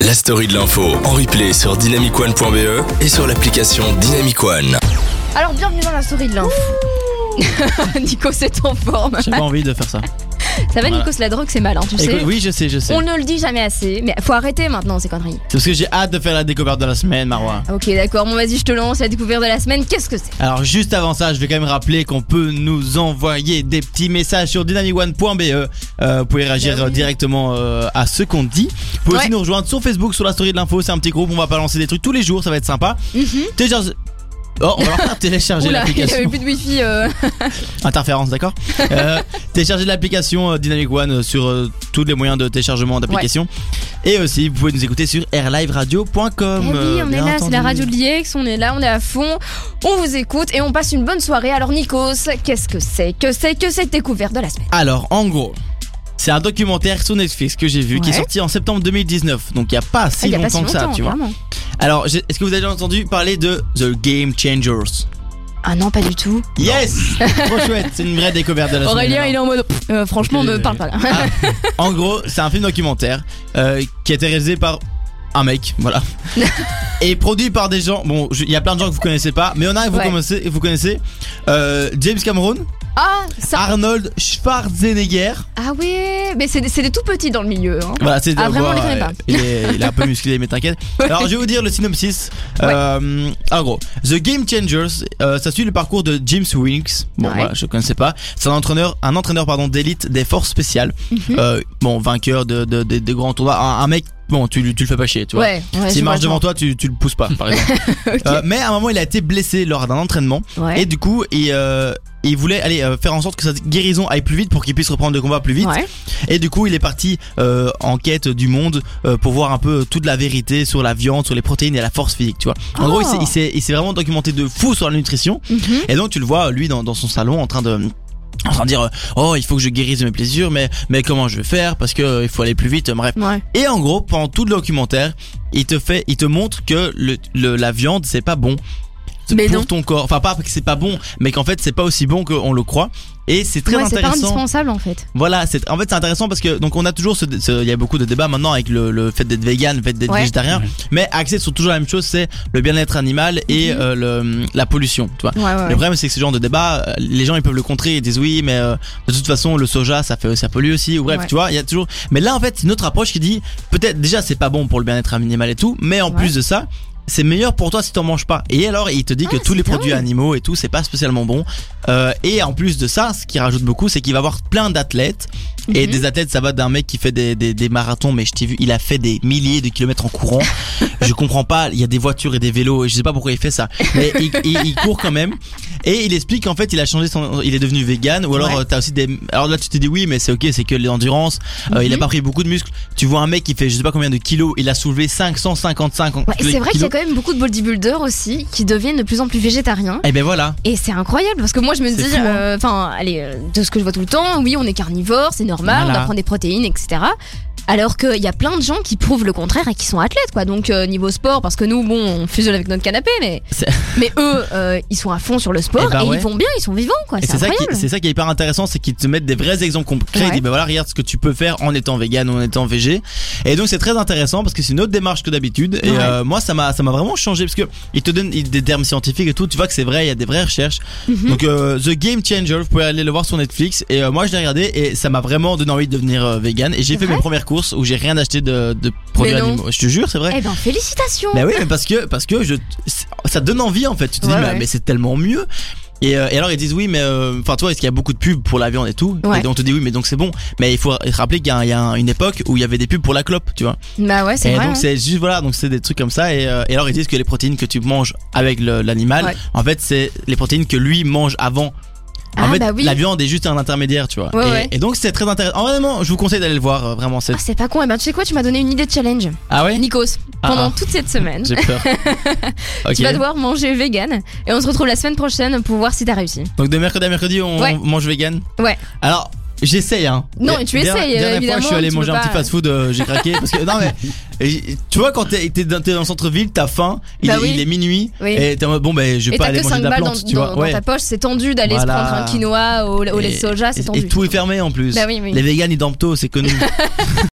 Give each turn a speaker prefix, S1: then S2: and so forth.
S1: la story de l'info en replay sur dynamicone.be E et sur l'application Dynamicone.
S2: Alors bienvenue dans la story de l'info. Nico, c'est en forme.
S3: J'ai pas envie de faire ça.
S2: Ça va,
S3: Voilà.
S2: Nico, la drogue, c'est mal, hein, tu
S3: Écoute,
S2: sais.
S3: oui, je sais, je sais.
S2: On ne le dit jamais assez, mais faut arrêter maintenant ces conneries.
S3: C'est parce que j'ai hâte de faire la découverte de la semaine, Marois.
S2: Ok, d'accord, bon, vas-y, je te lance la découverte de la semaine. Qu'est-ce que c'est
S3: Alors juste avant ça, je vais quand même rappeler qu'on peut nous envoyer des petits messages sur dynamicone.be. Euh, vous pouvez réagir euh, directement euh, à ce qu'on dit. Vous pouvez aussi
S2: Bah Ouais.
S3: nous rejoindre sur Facebook, sur la story de l'info. C'est un petit groupe, on va pas lancer des trucs tous les jours, ça va être sympa. Télécharge- Oh, on va leur faire télécharger
S2: Mhm. Oula, il n'y avait
S3: l'application.
S2: plus de wifi. euh.
S3: Interférence, d'accord euh, Téléchargez l'application euh, Dynamic One euh, sur euh, tous les moyens de téléchargement d'applications. Et aussi, vous pouvez nous écouter sur airliveradio.com.
S2: Eh oui,
S3: euh,
S2: on est
S3: bien
S2: là, c'est la
S3: entendu.
S2: radio de l'IEX, on est là, on est à fond. On vous écoute et on passe une bonne soirée. Alors, Nikos, qu'est-ce que c'est Que c'est que cette découverte de la semaine
S3: Alors, en gros, c'est un documentaire sur Netflix que j'ai vu qui est
S2: Ouais. Ah,
S3: sorti en septembre 2019. Donc, il n'y a pas si
S2: Il y a
S3: longtemps
S2: pas si
S3: que ça,
S2: longtemps,
S3: tu vois.
S2: vraiment.
S3: Alors, j'ai- est-ce que vous avez déjà entendu parler de The Game Changers
S2: Ah non, pas du tout.
S3: Yes Trop chouette, c'est une vraie découverte de la semaine, hein.
S2: Aurélien,
S3: alors.
S2: il est en mode. pff, euh, franchement,
S3: Ok,
S2: me
S3: j'ai-
S2: parle pas là.
S3: Ah, en gros, c'est un film documentaire euh, qui a été réalisé par un mec, voilà. Et produit par des gens. Bon, je- il y a plein de gens que vous connaissez pas, mais on a que vous
S2: Ouais.
S3: connaissez. Vous connaissez euh, James Cameron,
S2: Ah, ça.
S3: Arnold Schwarzenegger.
S2: Ah oui, mais c'est des, c'est des tout petits dans le milieu. hein.
S3: Voilà, c'est
S2: Ah, vraiment, on les
S3: ouais,
S2: connaît pas.
S3: Il est, il est un peu musclé, mais t'inquiète. Alors, je vais vous dire le synopsis. Euh, en gros, The Game Changers, euh, ça suit le parcours de James Winks. Bon,
S2: Ouais.
S3: voilà, je connaissais pas. C'est un entraîneur, un entraîneur pardon, d'élite des forces spéciales.
S2: Mhm.
S3: Euh, bon, vainqueur de, de, de- de grands tournois. Un, un mec, bon, tu, le- tu le fais pas chier, tu vois.
S2: Ouais, ouais.
S3: S'il
S2: je
S3: marche
S2: vois,
S3: devant toi, tu, tu le pousses pas, par exemple. Euh, mais à un moment, il a été blessé lors d'un entraînement.
S2: je vois. Ouais.
S3: Et du coup, il, euh, il voulait aller euh, faire en sorte que sa guérison aille plus vite pour qu'il puisse reprendre le combat plus vite.
S2: Ouais.
S3: Et du coup, il est parti euh, en quête du monde euh, pour voir un peu toute la vérité sur la viande, sur les protéines et la force physique, tu vois. En
S2: Oh.
S3: gros, il s'est- il s'est il s'est vraiment documenté de fou sur la nutrition.
S2: Mhm.
S3: Et donc, tu le vois, lui, dans, dans son salon, en train de en train de dire euh, oh il faut que je guérisse mes plaisirs mais mais comment je vais faire parce que euh, il faut aller plus vite euh, bref
S2: Ouais.
S3: et en gros pendant tout le documentaire il te fait il te montre que le, le- la viande c'est pas bon
S2: Mais
S3: pour
S2: non.
S3: ton corps enfin pas que c'est pas bon mais qu'en fait c'est pas aussi bon qu'on le croit et c'est très
S2: Ouais, c'est pas
S3: intéressant
S2: indispensable en fait.
S3: voilà, c'est en fait c'est intéressant parce que donc on a toujours ce, ce- il y a beaucoup de débats maintenant avec le, le fait d'être vegan, le fait d'être
S2: Ouais.
S3: végétarien, mais axé sur toujours la même chose, c'est le bien-être animal et
S2: Mhm.
S3: euh, le, la pollution, tu vois.
S2: Ouais, ouais.
S3: Le problème c'est que ce genre de débat, euh, les gens ils peuvent le contrer et disent oui, mais euh, de toute façon le soja ça fait ça pollue aussi ou bref,
S2: Ouais.
S3: tu vois, il y a toujours. Mais là en fait c'est une autre approche qui dit peut-être déjà c'est pas bon pour le bien-être animal et tout, mais en
S2: Ouais.
S3: plus de ça c'est meilleur pour toi si t'en manges pas. Et alors il te dit que
S2: Ah,
S3: tous
S2: c'est
S3: les produits
S2: dingue.
S3: animaux et tout c'est pas spécialement bon. Euh, et en plus de ça, ce qui rajoute beaucoup, c'est qu'il va avoir plein d'athlètes. Et
S2: Mhm.
S3: des athlètes, ça va d'un mec qui fait des, des, des marathons, mais je t'ai vu, il a fait des milliers de kilomètres en courant. je comprends pas, il y a des voitures et des vélos, et je sais pas pourquoi il fait ça. Mais il, il- il court quand même. Et il explique qu'en fait, il a changé son, il est devenu vegan, ou alors
S2: Ouais.
S3: euh, t'as aussi des, alors là tu te dis oui, mais c'est ok, c'est que l'endurance, Euh, il a
S2: Mhm.
S3: pas pris beaucoup de muscles. Tu vois un mec qui fait je sais pas combien de kilos, il a soulevé 555
S2: Ouais, Bah, c'est vrai qu'il y a
S3: kilos.
S2: quand même beaucoup de bodybuilders aussi qui deviennent de plus en plus végétariens.
S3: Et ben voilà.
S2: Et c'est incroyable parce que moi je me
S3: C'est
S2: dis,
S3: fou, hein.
S2: euh, enfin, allez, euh, de ce que je vois tout le temps, oui, on est carnivore, c'est normal,
S3: Voilà.
S2: on apprend des protéines, etc. Alors qu'il y a plein de gens qui prouvent le contraire et qui sont athlètes, quoi. Donc, euh, niveau sport, parce que nous, bon, on fusionne avec notre canapé, mais,
S3: C'est-
S2: mais eux, euh, ils sont à fond sur le sport
S3: Eh ben
S2: et
S3: ouais.
S2: ils vont bien, ils sont vivants, quoi.
S3: Et
S2: C'est
S3: c'est ça, qui,
S2: incroyable.
S3: c'est ça qui est hyper intéressant, c'est qu'ils te mettent des vrais exemples concrets. Ils
S2: Ouais.
S3: disent, ben voilà, regarde ce que tu peux faire en étant vegan ou en étant végé. Et donc c'est très intéressant parce que c'est une autre démarche que d'habitude. Et
S2: Ouais.
S3: euh, moi, ça m'a, ça m'a vraiment changé parce que ils te donnent ils- des termes scientifiques et tout. Tu vois que c'est vrai, il y a des vraies recherches.
S2: Mhm.
S3: Donc euh, The Game Changer, vous pouvez aller le voir sur Netflix. Et euh, moi, je l'ai regardé et ça m'a vraiment donné envie de devenir euh, vegan. Et j'ai fait
S2: vrai
S3: mes premières courses où j'ai rien acheté de, de produits
S2: Mais non.
S3: animaux. Je te jure, c'est vrai.
S2: Eh ben, félicitations!
S3: Bah oui, mais parce que parce que je ça te donne envie en fait. Tu te
S2: Ouais,
S3: dis mais-
S2: ouais.
S3: mais, c'est tellement mieux. Et, euh, et alors ils disent oui mais euh, enfin toi est-ce qu'il y a beaucoup de pubs pour la viande et tout
S2: Ouais.
S3: et on te dit oui mais donc c'est bon mais il faut rappeler qu'il y a, un- il y a un- une époque où il y avait des pubs pour la clope tu vois
S2: Bah ouais, c'est
S3: et
S2: vrai.
S3: donc
S2: hein.
S3: c'est juste voilà donc c'est des trucs comme ça et, euh, et alors ils disent que les protéines que tu manges avec le- l'animal
S2: Ouais.
S3: en fait c'est les protéines que lui mange avant en
S2: Ah,
S3: fait
S2: bah oui.
S3: la viande est juste un intermédiaire tu vois
S2: Ouais,
S3: et,
S2: ouais.
S3: et donc c'est très intéressant Oh, vraiment je vous conseille d'aller le voir euh, vraiment c'est
S2: Ah, c'est pas con, eh ben, tu sais quoi, tu m'as donné une idée de challenge.
S3: ah ouais
S2: Nikos,
S3: Ah,
S2: pendant
S3: ah.
S2: toute cette semaine,
S3: j'ai peur Ok.
S2: tu vas devoir manger vegan et on se retrouve la semaine prochaine pour voir si t'as réussi.
S3: Donc de mercredi à mercredi, on
S2: Ouais.
S3: mange vegan
S2: Ouais.
S3: Alors, j'essaye, hein.
S2: Non,
S3: Mais
S2: tu
S3: dernière-
S2: essayes, euh,
S3: Dernière fois,
S2: évidemment,
S3: je suis allé
S2: tu
S3: manger
S2: peux
S3: un petit
S2: pas-
S3: fast-food, euh, j'ai craqué. parce que, non, mais. et- Tu vois, quand t'es t'es dans, t'es dans le centre-ville, t'as faim, il,
S2: Bah
S3: est,
S2: oui.
S3: il est minuit,
S2: Oui.
S3: et t'es en mode, bon, ben, je vais
S2: Et
S3: pas
S2: t'as
S3: aller
S2: que
S3: manger
S2: 5
S3: de la
S2: balles
S3: plante,
S2: dans,
S3: tu vois.
S2: dans- dans
S3: ouais.
S2: ta poche, c'est tendu d'aller
S3: Voilà.
S2: se prendre un quinoa au, au lait de
S3: Et-
S2: soja, c'est
S3: et-
S2: tendu.
S3: Et tout est fermé en plus.
S2: Bah oui, oui.
S3: Les vegans, ils dorment tôt, c'est connu.